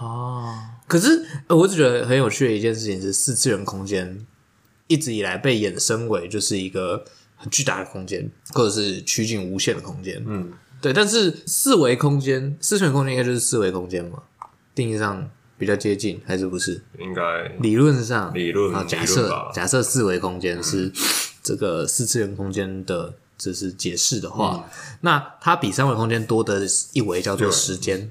哦可是呃我只觉得很有趣的一件事情是，四次元空间一直以来被衍生为就是一个很巨大的空间，或者是趋近无限的空间。嗯，对。但是四维空间，四次元空间应该就是四维空间嘛？定义上比较接近，还是不是？应该理论上，理论啊，假理论设吧假设四维空间是这个四次元空间的，就是解释的话，嗯那它比三维空间多的一维叫做对时间。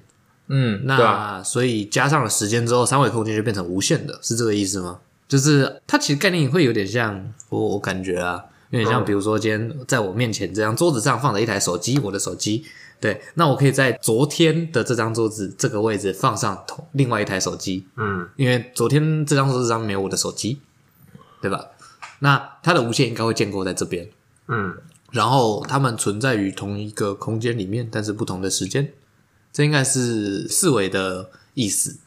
嗯，那、对啊所以加上了时间之后，三维空间就变成无限的，是这个意思吗？就是它其实概念会有点像我我感觉啊，有点像嗯比如说今天在我面前这张桌子上放着一台手机，我的手机。对，那我可以在昨天的这张桌子这个位置放上同另外一台手机，嗯因为昨天这张桌子上没有我的手机，对吧？那它的无限应该会建构在这边，嗯然后它们存在于同一个空间里面，但是不同的时间，这应该是四维的意思。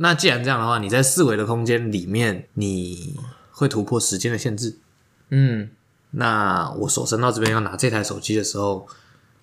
那既然这样的话，你在四维的空间里面，你会突破时间的限制。嗯，那我手伸到这边要拿这台手机的时候，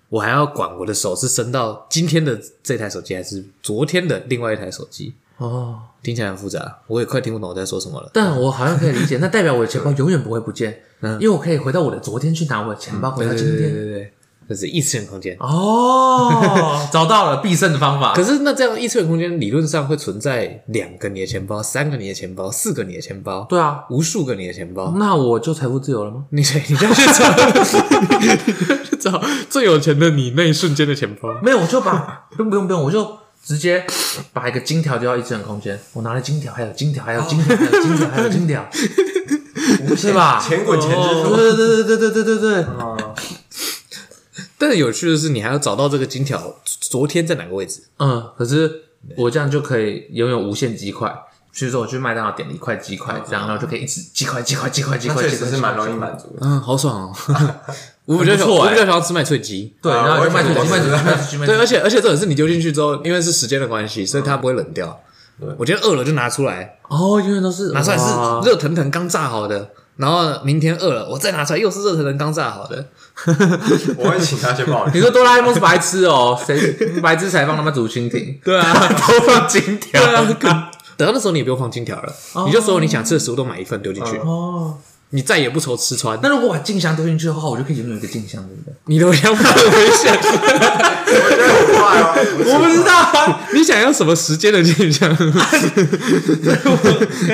我还要管我的手是伸到今天的这台手机，还是昨天的另外一台手机？哦，听起来很复杂，我也快听不懂我在说什么了。但我好像可以理解，那代表我的钱包永远不会不见，嗯因为我可以回到我的昨天去拿我的钱包，回到今对天。对对，这是异次元空间。哦，找到了必胜的方法可。是那这样异次元空间理论上会存在两个你的钱包、三个你的钱包、四个你的钱包，对啊，无数个你的钱包。那我就财富自由了吗？你谁？你再去找，你去找 最有钱的你那一瞬间的钱包。 没有，我就把不用不用不用，我就直接把一个金条丢到一次元空间，我拿了金条，还有金条，还有金条，还有金条，还有金条，是吧？哦钱滚钱之术对对对对对对对对对，但是有趣的是，你还要找到这个金条昨天在哪个位置。嗯，可是我这样就可以拥有无限鸡块。所以说，我去麦当劳点了一块鸡块，这样，然后就可以一直鸡块、鸡块、鸡块、鸡那块，确鸡实块是蛮容易。鸡块满足的。嗯，好爽 哦！我比较想，很不错我欸比较想要吃麦脆鸡。对，然后就卖出去，卖出去，卖 出去，卖出对，去。而且而且这种是你丢进去之后，因为是时间的关系，所以它不会冷掉。对我今天饿了就拿出来，哦，永远都是拿出来哇是热腾腾刚炸好的，然后明天饿了我再拿出来又是热腾腾刚炸好的。 我会请他先 帮我。你说哆啦 A 梦是白痴哦，谁白痴才放他妈竹蜻蜓？对啊，都放金条。啊等到那时候你也不用放金条了，你就所有你想吃的食物都买一份丢进去，哦，你再也不愁吃穿。那如果把静香丢进去的话，我就可以拥有一个静香，对不对？你的想法很危 险，我觉得很快哦，我不知道啊，你想要什么时间的镜像 可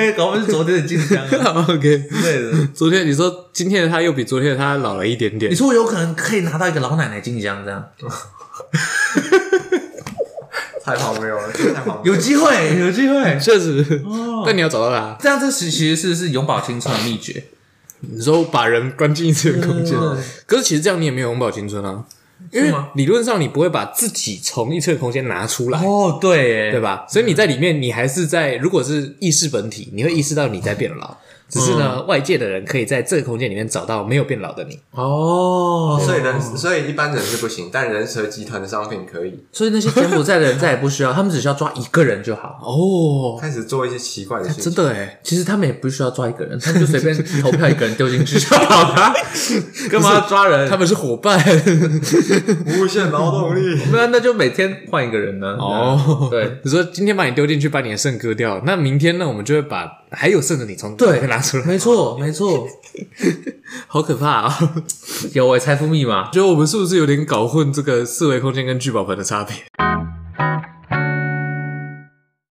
以搞不是昨天的静香啊？OK，之类的。昨天你说今天的他又比昨天的他老了一点点你，说我有可能可以拿到一个老奶奶静香这样，太荒谬了，太荒谬有了。机会，有机会。确实。但你要找到他，这样这其其实是是永葆青春的秘诀。你说把人关进一次元空间嗯，可是其实这样你也没有永葆青春啊，因是为吗理论上你不会把自己从异次元空间拿出来。哦，对耶，对吧？所以你在里面，你还是在，如果是意识本体，你会意识到你在变老。只是呢，外界的人可以在这个空间里面找到没有变老的你。哦，所以人，所以一般人是不行，但人蛇集团的商品可以所以那些柬埔寨的人再也不需要，他们只需要抓一个人就好。哦，开始做一些奇怪的事真情。的哎，其实他们也不需要抓一个人，他们就随 便投票一个人丢进去就好了， 干嘛要抓人？他们是伙伴无限劳动力，那那就每天换一个人呢。 哦。对，你说今天把你丢进去，把你的肾割掉，那明天呢，我们就会把还有肾的你从对里面拿出来，没错没错，好可怕啊、有诶，财富密码觉得我们是不是有点搞混这个四维空间跟聚宝盆的差别？